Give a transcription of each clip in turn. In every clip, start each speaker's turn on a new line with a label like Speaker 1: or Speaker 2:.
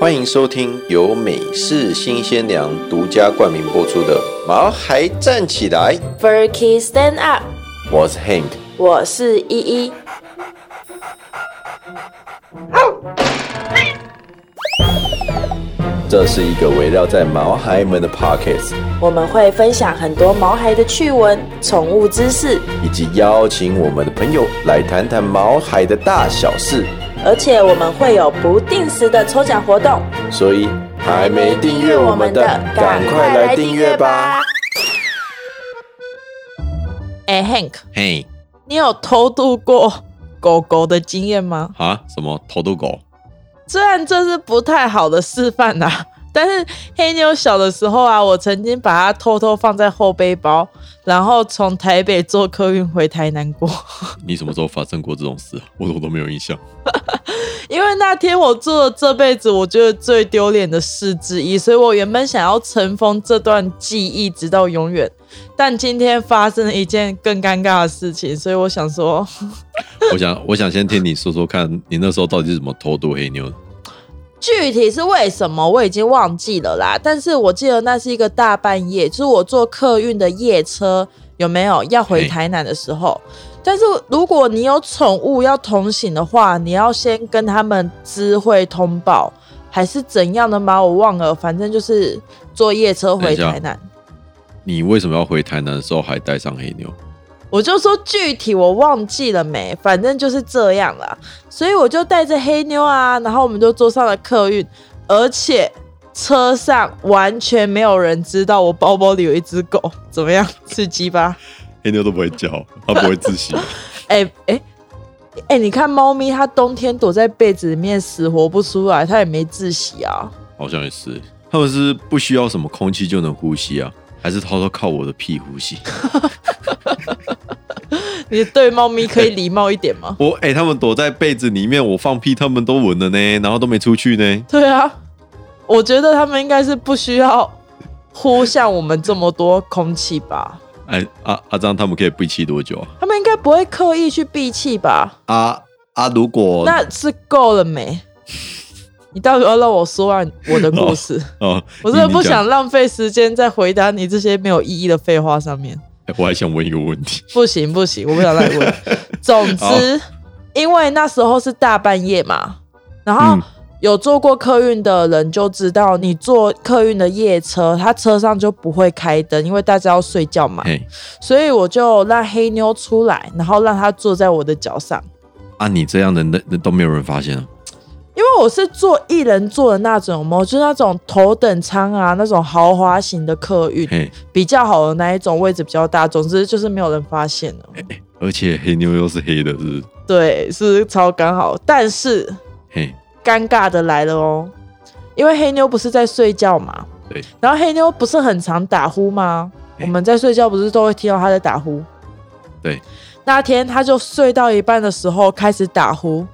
Speaker 1: 欢迎收听由美式新鲜粮独家冠名播出的《毛孩站起来》，
Speaker 2: Berkey Stand Up，
Speaker 1: 我是 Hank。
Speaker 2: 我是依依。
Speaker 1: 这是一个围绕在毛孩们的 Pockets，
Speaker 2: 我们会分享很多毛孩的趣闻、宠物知识，
Speaker 1: 以及邀请我们的朋友来谈谈毛孩的大小事。
Speaker 2: 而且我们会有不定时的抽奖活动。
Speaker 1: 所以还没订阅我们的，赶快来订阅吧！！
Speaker 2: 哎、h a n k
Speaker 3: 嘿，
Speaker 2: 你有偷渡过狗狗的经验吗？
Speaker 3: 啊，什么偷渡狗？
Speaker 2: 虽然这是不太好的示范呐、 但是黑妞小的时候啊，我曾经把它偷偷放在后背包，然后从台北坐客运回台南过。
Speaker 3: 你什么时候发生过这种事？我我都没有印象。
Speaker 2: 因为那天我做了这辈子我觉得最丢脸的事之一，所以我原本想要尘封这段记忆直到永远。但今天发生了一件更尴尬的事情，所以我想说，
Speaker 3: 我想，我想先听你说说看，你那时候到底是怎么偷渡黑妞的？
Speaker 2: 具体是为什么我已经忘记了啦。但是我记得那是一个大半夜，就是我坐客运的夜车，有没有要回
Speaker 3: 嘿
Speaker 2: 台南的时候？但是如果你有宠物要同行的话，你要先跟他们知会通报，还是怎样的吗？我忘了，反正就是坐夜车回台南。
Speaker 3: 你为什么要回台南的时候还带上黑妞？
Speaker 2: 我就说具体我忘记了没，反正就是这样啦。所以我就带着黑妞啊，然后我们就坐上了客运，而且车上完全没有人知道我包包里有一只狗，怎么样？刺激吧？
Speaker 3: 黑妞都不会叫，它不会窒息。
Speaker 2: 哎哎哎，你看猫咪，它冬天躲在被子里面死活不出来，它也没窒息啊。
Speaker 3: 好像也是，他们是不需要什么空气就能呼吸啊，还是偷偷靠我的屁呼吸？
Speaker 2: 你对猫咪可以礼貌一点 吗
Speaker 3: ？我哎、他们躲在被子里面，我放屁他们都闻了呢，然后都没出去呢。
Speaker 2: 对啊，我觉得它们应该是不需要呼向我们这么多空气吧。
Speaker 3: 哎、啊啊，这样他们可以闭气多久啊？
Speaker 2: 他们应该不会刻意去闭气吧？
Speaker 3: 啊啊，如果
Speaker 2: 那是够 了没？你到底要让我说完我的故事？
Speaker 3: 哦，
Speaker 2: 我真的
Speaker 3: 你
Speaker 2: 不
Speaker 3: 你讲
Speaker 2: 想浪费时间在回答你这些没有意义的废话上面。
Speaker 3: 哎我还想问一个问题，
Speaker 2: 不行不行，我不想再 问。总
Speaker 3: 好
Speaker 2: 之，因为那时候是大半夜嘛，然后
Speaker 3: 嗯
Speaker 2: 有坐过客运的人就知道，你坐客运的夜车，它车上就不会开灯，因为大家要睡觉嘛。
Speaker 3: 嘿，
Speaker 2: 所以我就让黑妞出来，然后让她坐在我的脚上。
Speaker 3: 啊，你这样的那那都没有人发现啊？
Speaker 2: 因为我是坐一人座的那种嘛，就是那种头等舱啊，那种豪华型的客运，
Speaker 3: 嘿，
Speaker 2: 比较好的那一种，位置比较大。总之就是没有人发现了，
Speaker 3: 而且黑妞又是黑的，是不是？
Speaker 2: 对，是超刚好。但是
Speaker 3: 嘿，
Speaker 2: 尴尬的来了哦，因为黑妞不是在睡觉嘛，
Speaker 3: 对，
Speaker 2: 然后黑妞不是很常打呼吗？
Speaker 3: 对
Speaker 2: 我们在睡觉不是都会听到她在打呼？
Speaker 3: 对。
Speaker 2: 那天她就睡到一半的时候开始打呼，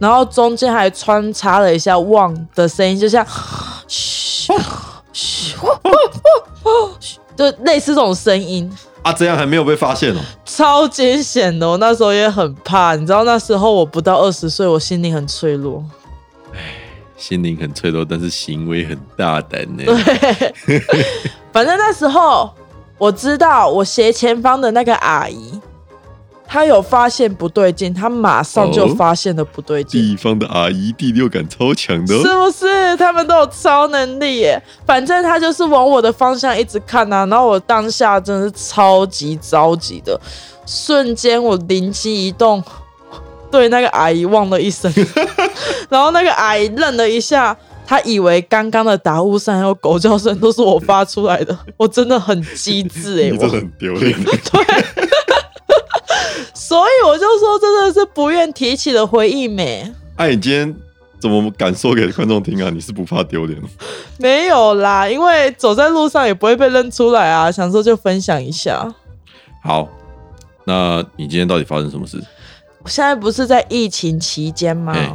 Speaker 2: 然后中间还穿插了一下汪的声音，就像嘘嘘，就类似这种声音。
Speaker 3: 啊，这样还没有被发现哦。
Speaker 2: 超惊险的，我那时候也很怕，你知道那时候我不到二十岁，我心灵很脆弱。
Speaker 3: 心灵很脆弱，但是行为很大胆呢。
Speaker 2: 反正那时候我知道我斜前方的那个阿姨，她有发现不对劲，她马上就发现了不对劲。
Speaker 3: 地方的阿姨第六感超强的、
Speaker 2: 是
Speaker 3: 哦，
Speaker 2: 不是他们都有超能力耶？反正她就是往我的方向一直看啊，然后我当下真的是超级着急的，瞬间我灵机一动，对那个阿姨汪了一声， 然后那个阿姨愣了一下，她以为刚刚的打呼声还有狗叫声都是我发出来的，我真的很机智 哎、
Speaker 3: 你
Speaker 2: 我
Speaker 3: 真的很丢 脸。
Speaker 2: 所以我就说真的是不愿提起的回忆美。
Speaker 3: 哎、你今天怎么敢说给观众听啊？你是不怕丢脸吗？
Speaker 2: 没有啦，因为走在路上也不会被认出来啊，想说就分享一下。
Speaker 3: 好，那你今天到底发生什么事？
Speaker 2: 我现在不是在疫情期间吗
Speaker 3: 哎？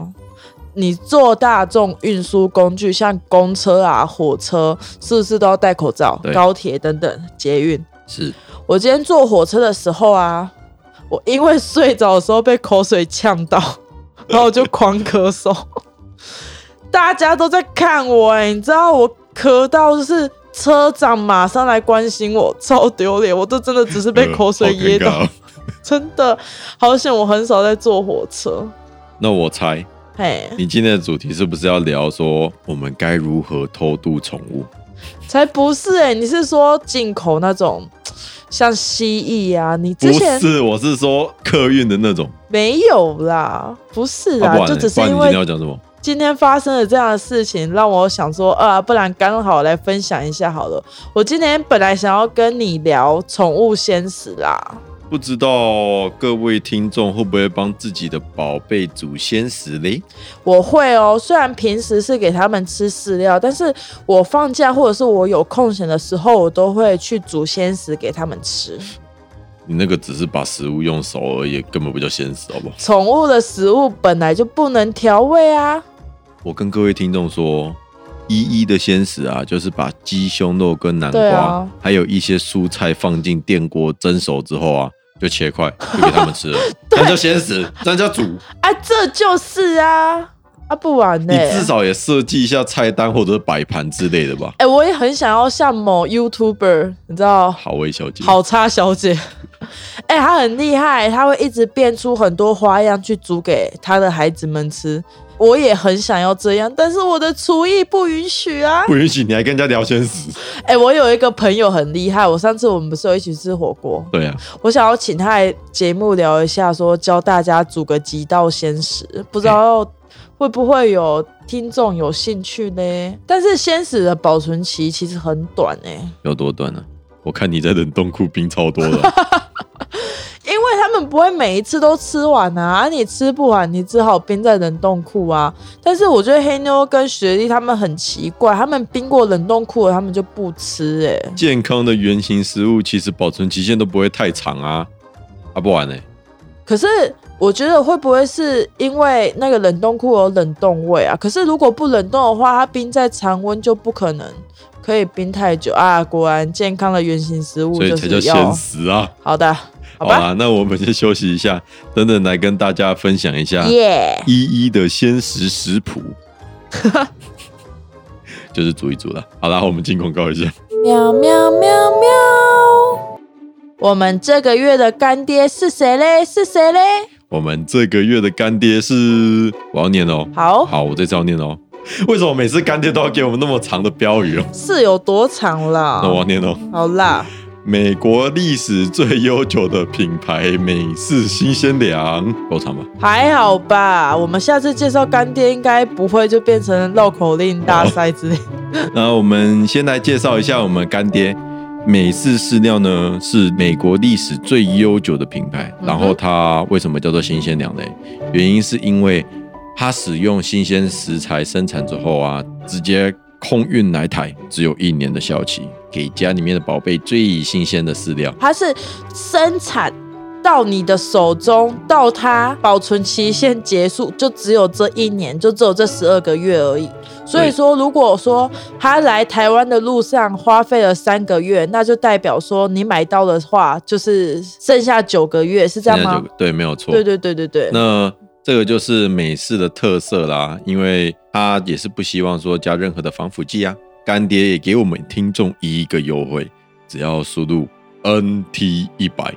Speaker 2: 你坐大众运输工具，像公车啊、火车，是不是都要戴口罩？
Speaker 3: 对
Speaker 2: 高铁等等，捷运。
Speaker 3: 是
Speaker 2: 我今天坐火车的时候啊，我因为 睡着的时候被口水呛到，然后我就狂咳嗽。大家都在看我、哎，你知道我咳到就是车长马上来关心我，超丢脸，我这真的只是被口水噎到，
Speaker 3: 呃好尴尬哦
Speaker 2: 真的好险，我很少在坐火车，
Speaker 3: 那我猜
Speaker 2: 嘿，
Speaker 3: 你今天的主题是不是要聊说我们该如何偷渡宠物？
Speaker 2: 才不是哎、你是说进口那种像蜥蜴啊？你之
Speaker 3: 不
Speaker 2: 前
Speaker 3: 是，我是说客运的那种。
Speaker 2: 没有啦，不是
Speaker 3: 啊、
Speaker 2: 啦，
Speaker 3: 不然
Speaker 2: 就
Speaker 3: 呢
Speaker 2: 只是
Speaker 3: 不然你
Speaker 2: 因
Speaker 3: 今天
Speaker 2: 为
Speaker 3: 要讲什么？
Speaker 2: 今天发生了这样的事情，让我想说，啊，不然刚好来分享一下好了。我今天本来想要跟你聊宠物鲜食啦，
Speaker 3: 不知道各位听众会不会帮自己的宝贝祖先死嘞？
Speaker 2: 我会哦。虽然平时是给他们吃饲料，但是我放假或者是我有空闲的时候，我都会去煮鲜食给他们吃。
Speaker 3: 你那个只是把食物用熟而已，根本不叫鲜死，好不好？
Speaker 2: 宠物的食物本来就不能调味啊。
Speaker 3: 我跟各位听众说，一一的鲜食啊，就是把鸡胸肉跟南瓜，
Speaker 2: 对啊
Speaker 3: 还有一些蔬菜放进电锅蒸熟之后啊，就切块就给他们 吃了，那叫鲜食，那叫煮。
Speaker 2: 啊，这就是啊，啊不然呢、
Speaker 3: 你至少也设计一下菜单或者是摆盘之类的吧。
Speaker 2: 哎、我也很想要像某 YouTuber，你知道，
Speaker 3: 好味小姐，
Speaker 2: 好差小姐， 哎、她很厉害，她会一直变出很多花样去煮给她的孩子们吃。我也很想要这样，但是我的厨艺不允许啊。
Speaker 3: 不允许你还跟人家聊鲜食。
Speaker 2: 哎、我有一个朋友很厉害，我上次我们不是有一起吃火锅，
Speaker 3: 对啊，
Speaker 2: 我想要请他来节目聊一下，说教大家煮个几道鲜食，不知道会不会有听众有兴趣呢？但是鲜食的保存期其实很短哎、
Speaker 3: 有多短呢、我看你在冷冻库冰超多的啊、
Speaker 2: 因为他们不会每一次都吃完啊，啊你吃不完，你只好冰在冷冻库啊。但是我觉得黑妞跟雪莉他们很奇怪，他们冰过冷冻库了，他们就不吃哎、
Speaker 3: 健康的原型食物其实保存期限都不会太长啊，啊不然呢、
Speaker 2: 可是我觉得会不会是因为那个冷冻库有冷冻味啊？可是如果不冷冻的话，它冰在常温就不可能可以冰太久啊。果然健康的原型食物
Speaker 3: 所以
Speaker 2: 就
Speaker 3: 才叫
Speaker 2: 是
Speaker 3: 鲜
Speaker 2: 要
Speaker 3: 食啊。
Speaker 2: 好的，好
Speaker 3: 好
Speaker 2: 吧，
Speaker 3: 啦，那我们先休息一下，等等来跟大家分享一下
Speaker 2: 耶、
Speaker 3: 一一的鲜食食谱， 就是煮一煮了。好啦，我们进广告一下。
Speaker 2: 喵喵喵喵。我们这个月的干爹是谁嘞？是谁嘞？
Speaker 3: 我们这个月的干爹是，我要念哦。
Speaker 2: 好，
Speaker 3: 好，我这次要念哦。为什么每次干爹都要给我们那么长的标语哦？
Speaker 2: 是有多长啦
Speaker 3: 那？我要念哦。
Speaker 2: 好啦，
Speaker 3: 美国历史最悠久的品牌美式新鲜粮，够长吧？
Speaker 2: 还好吧。我们下次介绍干爹应该不会就变成绕口令大赛之类的
Speaker 3: 那我们先来介绍一下我们干爹美式饲料呢，是美国历史最悠久的品牌。
Speaker 2: 嗯哼
Speaker 3: 然后它为什么叫做新鲜粮呢？原因是因为它使用新鲜食材生产之后啊，直接空运来台，只有一年的效期，给家里面的宝贝最新鲜的饲料。
Speaker 2: 它是生产到你的手中，到它保存期限结束，就只有这一年，就只有这十二个月而已。所以说，如果说他来台湾的路上花费了三个月，那就代表说你买到的话，就是剩下九个月，是这样
Speaker 3: 现在
Speaker 2: 吗
Speaker 3: 就？对，没有错。
Speaker 2: 对对对对对，
Speaker 3: 那这个就是美式的特色啦，因为它也是不希望说加任何的防腐剂啊。干爹也给我们听众一个优惠，只要输入 NT 一百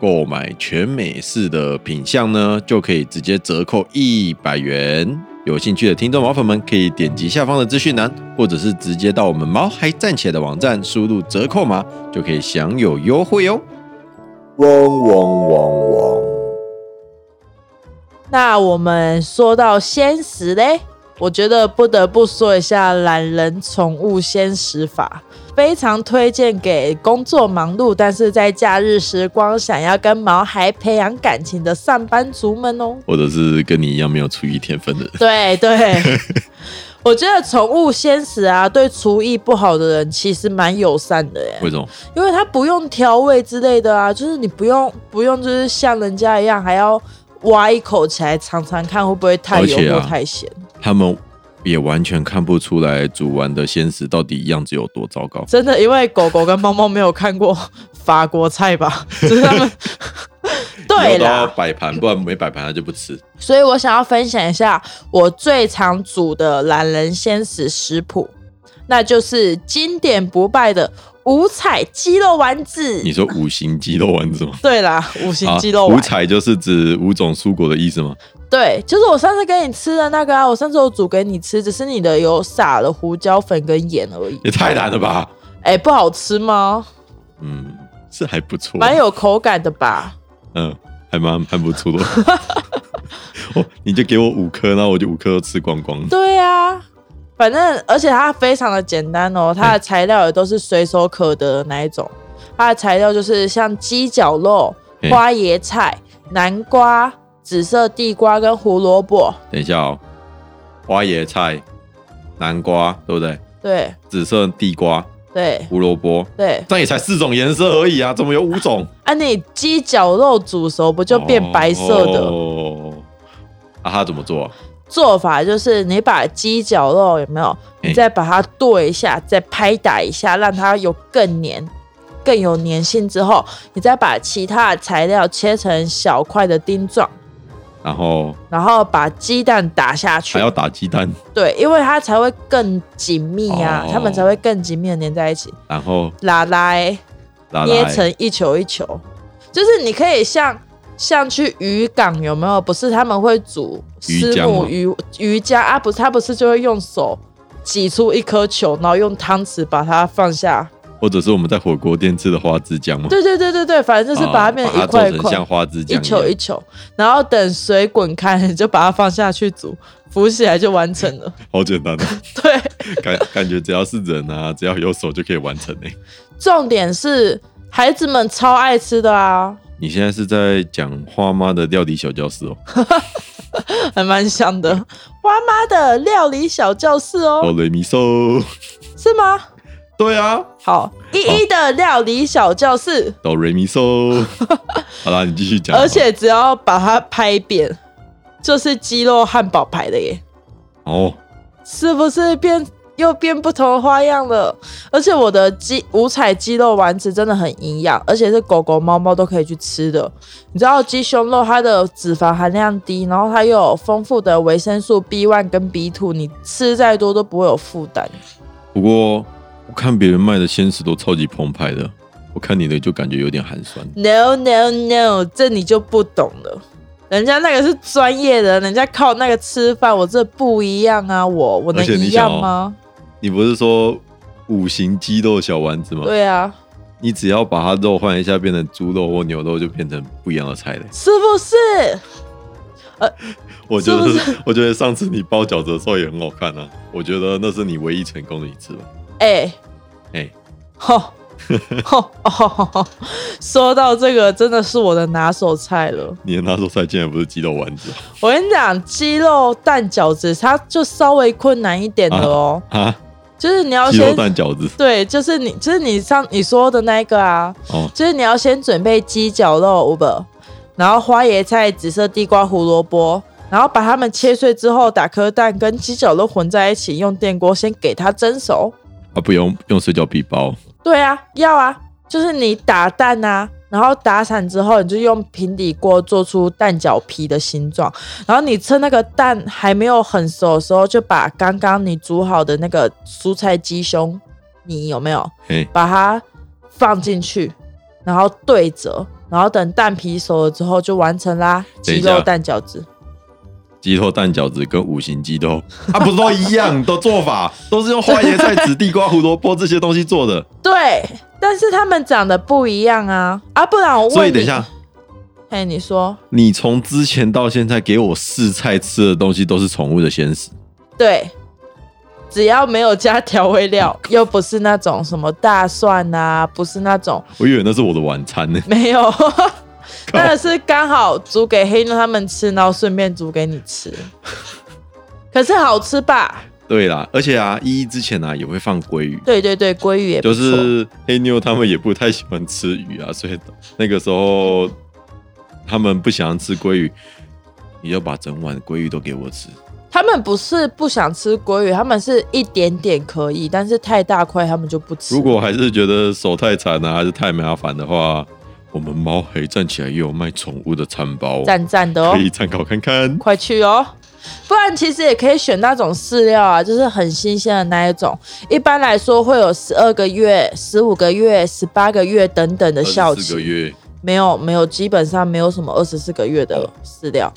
Speaker 3: 购买全美式的品相呢，就可以直接折扣一百元。有兴趣的听众毛粉们可以点击下方的资讯栏，或者是直接到我们毛孩站起来的网站，输入折扣码就可以享有优惠哦。
Speaker 1: 嗡嗡嗡嗡。
Speaker 2: 那我们说到鲜食嘞，我觉得不得不说一下懒人宠物鲜食法，非常推荐给工作忙碌，但是在假日时光想要跟毛孩培养感情的上班族们哦。
Speaker 3: 或者是跟你一样没有厨艺天分的人。
Speaker 2: 对对，我觉得宠物鲜食啊，对厨艺不好的人其实蛮友善的耶。
Speaker 3: 为什么？
Speaker 2: 因为它不用调味之类的啊，就是你不用不用，就是像人家一样还要挖一口起来尝尝看会不会太
Speaker 3: 而且
Speaker 2: 油
Speaker 3: 啊
Speaker 2: 或太咸。
Speaker 3: 他们也完全看不出来煮完的鲜食到底样子有多糟糕。
Speaker 2: 真的， 因为狗狗跟猫猫没有看过法国菜吧，只是他们。
Speaker 3: 以
Speaker 2: 对
Speaker 3: 后都要
Speaker 2: 啦，
Speaker 3: 摆盘，不然没摆盘他就不吃。
Speaker 2: 所以我想要分享一下我最常煮的懒人鲜食食谱，那就是经典不败的五彩鸡肉丸子
Speaker 3: 你。说五行鸡肉丸子吗？
Speaker 2: 对啦，五行鸡肉
Speaker 3: 啊
Speaker 2: 丸
Speaker 3: 五。彩就是指五种蔬果的意思吗？
Speaker 2: 对，就是我上次给你吃的那个啊，我上次有煮给你吃，只是你的有撒了胡椒粉跟盐而已。
Speaker 3: 也太难了吧？
Speaker 2: 哎、不好吃吗？
Speaker 3: 嗯，是还不错，
Speaker 2: 蛮有口感的吧？
Speaker 3: 嗯，还蛮还不 错的。哦，你就给我五颗，那我就五颗都吃光光。
Speaker 2: 对啊，反正而且它非常的简单哦，它的材料也都是随手可得的那一种。它的材料就是像鸡脚肉、
Speaker 3: 嗯
Speaker 2: 花椰菜、南瓜、紫色地瓜跟胡萝卜。
Speaker 3: 等一下哦，花椰菜、南瓜，对不对？
Speaker 2: 对
Speaker 3: 紫色地瓜、
Speaker 2: 对
Speaker 3: 胡萝卜，
Speaker 2: 对，
Speaker 3: 但也才四种颜色而已啊，怎么有五种？
Speaker 2: 啊，你鸡脚肉煮熟 不就变白色的？
Speaker 3: 哦，啊，他怎么做啊？
Speaker 2: 做法就是你把鸡脚肉有没有，
Speaker 3: 嗯
Speaker 2: 你再把它剁一下，再拍打一下，让它有更粘、更有粘性之后，你再把其他的材料切成小块的丁状，
Speaker 3: 然后
Speaker 2: 然后把鸡蛋打下去
Speaker 3: 还。要打鸡蛋，
Speaker 2: 对，因为它才会更紧密啊
Speaker 3: 哦，
Speaker 2: 它们才会更紧密的粘在一起，
Speaker 3: 然后
Speaker 2: 拉拉欸
Speaker 3: 拉
Speaker 2: 捏
Speaker 3: 来
Speaker 2: 成一球一球，就是你可以像像去渔港有没有？不是他们会煮
Speaker 3: 鱼
Speaker 2: 虱
Speaker 3: 浆
Speaker 2: 目
Speaker 3: 吗
Speaker 2: 鱼鱼浆啊？不是，他不是就会用手挤出一颗球，然后用汤匙把它放下。
Speaker 3: 或者是我们在火锅店吃的花枝酱吗？
Speaker 2: 对对对对对，反正就是把它
Speaker 3: 啊
Speaker 2: 变成
Speaker 3: 把
Speaker 2: 一块一
Speaker 3: 做成像
Speaker 2: 块。
Speaker 3: 花枝
Speaker 2: 一
Speaker 3: 酱
Speaker 2: 球
Speaker 3: 样
Speaker 2: 一球，然后等水滚开，你就把它放下去煮，浮起来就完成 了。
Speaker 3: 好简单的、啊，
Speaker 2: 对，
Speaker 3: 感感觉只要是人啊，只要有手就可以完成欸诶、
Speaker 2: 重点是孩子们超爱吃的啊，
Speaker 3: 你现在是在讲花妈的料理小教 室哦，
Speaker 2: 还蛮香 的。花妈的料理小教室
Speaker 3: 哆
Speaker 2: 哦，
Speaker 3: 雷咪嗦，
Speaker 2: 是吗？
Speaker 3: 对啊，
Speaker 2: 好，一一的料理小教室，
Speaker 3: 哆雷咪 嗦。好啦，你继续讲吧。
Speaker 2: 而且只要把它拍扁，就是鸡肉汉堡排的耶，
Speaker 3: 哦，
Speaker 2: 是不是变又变不同的花样了？而且我的鸡五彩鸡肉丸子真的很营养，而且是狗狗、猫猫都可以去吃的。你知道鸡胸肉它的脂肪含量低，然后它又有丰富的维生素 B one 跟 B two，你吃再多都不会有负担。
Speaker 3: 不过我看别人卖的鲜食都超级澎湃的，我看你的就感觉有点寒酸。
Speaker 2: No no no，这你就不懂了。人家那个是专业的，人家靠那个吃饭，我这不一样啊！我我能
Speaker 3: 而且你
Speaker 2: 一
Speaker 3: 想
Speaker 2: 样
Speaker 3: 哦
Speaker 2: 吗？
Speaker 3: 你不是说五行鸡肉小丸子吗？
Speaker 2: 对啊，
Speaker 3: 你只要把它肉换一下，变成猪肉或牛肉，就变成不一样的菜了。
Speaker 2: 是不是？
Speaker 3: 我觉得，
Speaker 2: 是不
Speaker 3: 我觉得上次你包饺子的时候也很好看啊。我觉得那是你唯一成功的一次吧。
Speaker 2: 哎、
Speaker 3: 哎、
Speaker 2: 吼吼哦吼吼吼！说到这个，真的是我的拿手菜了。
Speaker 3: 你的拿手菜竟然不是鸡肉丸子
Speaker 2: 我跟你讲，鸡肉蛋饺子它就稍微困难一点了哦，
Speaker 3: 啊？
Speaker 2: 就是你要
Speaker 3: 鸡肉
Speaker 2: 先
Speaker 3: 蛋饺子
Speaker 2: 对，就是你就是你上你说的那个啊，
Speaker 3: 哦，
Speaker 2: 就是你要先准备鸡脚肉五本，然后花椰菜、紫色地瓜、胡萝卜，然后把它们切碎之后，打颗蛋跟鸡脚肉混在一起，用电锅先给它蒸熟。
Speaker 3: 啊不用用水饺皮包，
Speaker 2: 对啊，要啊，就是你打蛋啊，然后打散之后，你就用平底锅做出蛋饺皮的形状，然后你趁那个蛋还没有很熟的时候，就把刚刚你煮好的那个蔬菜鸡胸泥有没有？
Speaker 3: 嘿，
Speaker 2: 把它放进去，然后对折，然后等蛋皮熟了之后就完成啦。
Speaker 3: 等
Speaker 2: 鸡
Speaker 3: 一下
Speaker 2: 肉蛋饺子，
Speaker 3: 鸡肉蛋饺子跟五行鸡肉， 啊不是都一样的做法，都是用花椰菜、紫地瓜、胡萝卜这些东西做 的。
Speaker 2: 对，但是他们长得不一样啊啊！不然我问
Speaker 3: 所以
Speaker 2: 你
Speaker 3: 等一下，
Speaker 2: 嘿，你说
Speaker 3: 你从之前到现在给我试菜吃的东西都是宠物的鲜食，
Speaker 2: 对，只要没有加调 味料，又不是那种什么大蒜啊，不是那种
Speaker 3: 我以为那是我的晚餐呢。
Speaker 2: 没有。 那个是刚好煮给黑妞他们吃，然后顺便煮给你吃，可是好吃吧？
Speaker 3: 对啦，而且啊，依依之前啊也会放鲑鱼，
Speaker 2: 对对对，鲑鱼也不
Speaker 3: 就
Speaker 2: 错。
Speaker 3: 是黑妞他们也不太喜欢吃鱼啊，所以那个时候他们不喜欢吃鲑鱼，你要把整碗鲑鱼都给我吃。
Speaker 2: 他们不是不想吃鲑鱼，他们是一点点可以，但是太大块他们就不吃。
Speaker 3: 如果还是觉得手太残啊，还是太麻烦的话，我们猫黑站起来也有卖宠物的餐包哦，
Speaker 2: 赞赞的哦
Speaker 3: 可，以参考看看。
Speaker 2: 快去哦。不然其实也可以选那种饲料啊，就是很新鲜的那一种。一般来说会有十二个月、十五个月、十八个月等等的效
Speaker 3: 四
Speaker 2: 期
Speaker 3: 个，月，
Speaker 2: 没有没有，基本上没有什么二十四个月
Speaker 3: 哦
Speaker 2: 的饲料。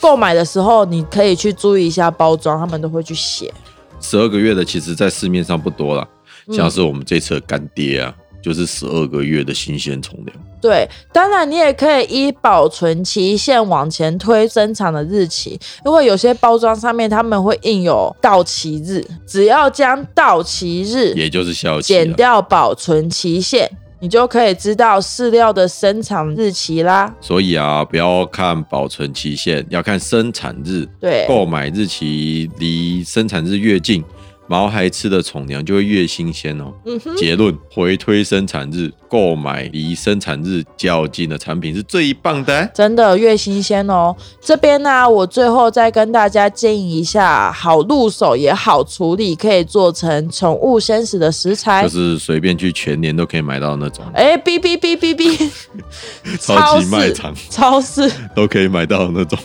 Speaker 2: 购买的时候你可以去注意一下包装，他们都会去写。
Speaker 3: 十二个月的其实在市面上不多啦，
Speaker 2: 嗯
Speaker 3: 像是我们这次的干爹啊，就是十二个月的新鲜宠粮。
Speaker 2: 对，当然你也可以依保存期限往前推生产的日期，因为有些包装上面他们会印有到期日，只要将到期日
Speaker 3: 也就是效期啊
Speaker 2: 减
Speaker 3: 了。
Speaker 2: 掉保存期限，你就可以知道饲料的生产日期啦。
Speaker 3: 所以啊，不要看保存期限，要看生产日。
Speaker 2: 对
Speaker 3: 购买日期离生产日越近，毛孩吃的宠粮就会越新鲜哦。
Speaker 2: 嗯哼，
Speaker 3: 结论：回推生产日，购买离生产日较近的产品是最棒的。啊
Speaker 2: 真的越新鲜哦。这边呢、我最后再跟大家建议一下，好入手也好处理，可以做成宠物鲜食的食材
Speaker 3: 就。是随便去全年都可以买到那种
Speaker 2: 哎，哔哔哔哔哔，
Speaker 3: 超级
Speaker 2: 市
Speaker 3: 卖场
Speaker 2: 超市
Speaker 3: 都可以买到那种，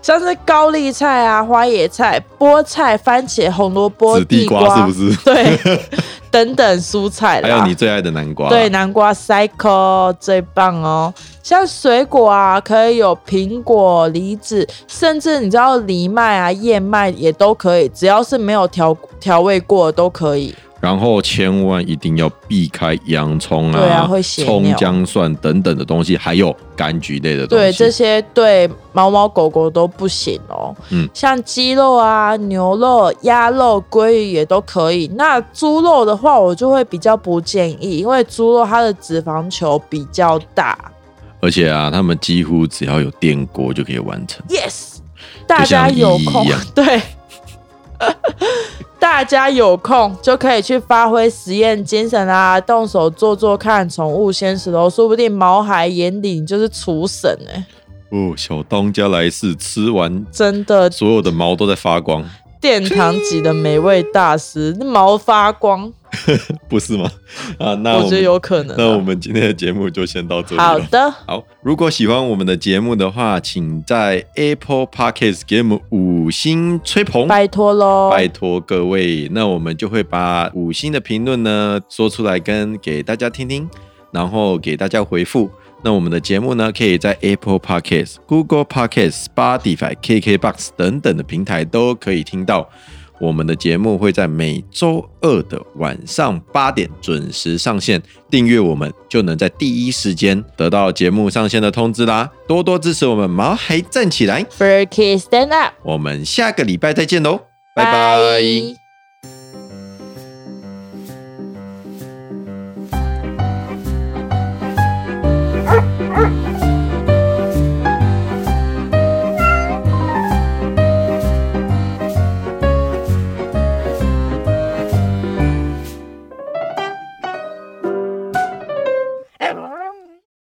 Speaker 2: 像是高丽菜啊、花椰菜、菠菜、番茄、红萝卜、
Speaker 3: 紫地瓜是不
Speaker 2: 是？
Speaker 3: 是？
Speaker 2: 对，等等蔬菜 啦。
Speaker 3: 还有你最爱的南瓜，啊
Speaker 2: 对，南瓜 cycle 最棒哦。像水果啊，可以有苹果、梨子，甚至你知道藜麦啊、燕麦也都可以，只要是没有调调味过的都可以。
Speaker 3: 然后千万一定要避开洋葱
Speaker 2: 对啊
Speaker 3: 啊、
Speaker 2: 会血
Speaker 3: 葱、
Speaker 2: 尿
Speaker 3: 姜、蒜等等的东西，还有柑橘类的东西。
Speaker 2: 对，这些对猫猫狗狗都不行哦。
Speaker 3: 嗯
Speaker 2: 像鸡肉啊、牛肉、鸭肉、鲑鱼也都可以。那猪肉的话，我就会比较不建议，因为猪肉它的脂肪球比较大。
Speaker 3: 而且啊，他们几乎只要有电锅就可以完成。
Speaker 2: Yes，大家有空
Speaker 3: 依依一样
Speaker 2: 对， 大家有空就可以去发挥实验精神啊，动手做做看宠物鲜食喽，说不定毛孩眼里你就是厨神哎、
Speaker 3: 哦，小当家来是吃完
Speaker 2: 真的
Speaker 3: 所有的毛都在发光，
Speaker 2: 殿堂级的美味大师，那毛发光，
Speaker 3: 不是吗？啊，那我
Speaker 2: 我觉得
Speaker 3: 们
Speaker 2: 有可能啊、
Speaker 3: 那我们今天的节目就先到这里
Speaker 2: 好
Speaker 3: 了。
Speaker 2: 的，
Speaker 3: 好，如果喜欢我们的节目的话，请在 Apple Podcast 给我们五星吹捧，
Speaker 2: 拜托喽，
Speaker 3: 哦拜托各位，那我们就会把五星的评论呢说出来，跟给大家听听，然后给大家回复。那我们的节目呢，可以在 Apple Podcast、Google Podcast、Spotify、KKBox 等等的平台都可以听到。我们的节目会在每周二的晚上八点准时上线，订阅我们就能在第一时间得到节目上线的通知啦！多多支持我们毛孩站起来，
Speaker 2: ，Birky stand up，
Speaker 3: 我们下个礼拜再见喽，拜拜。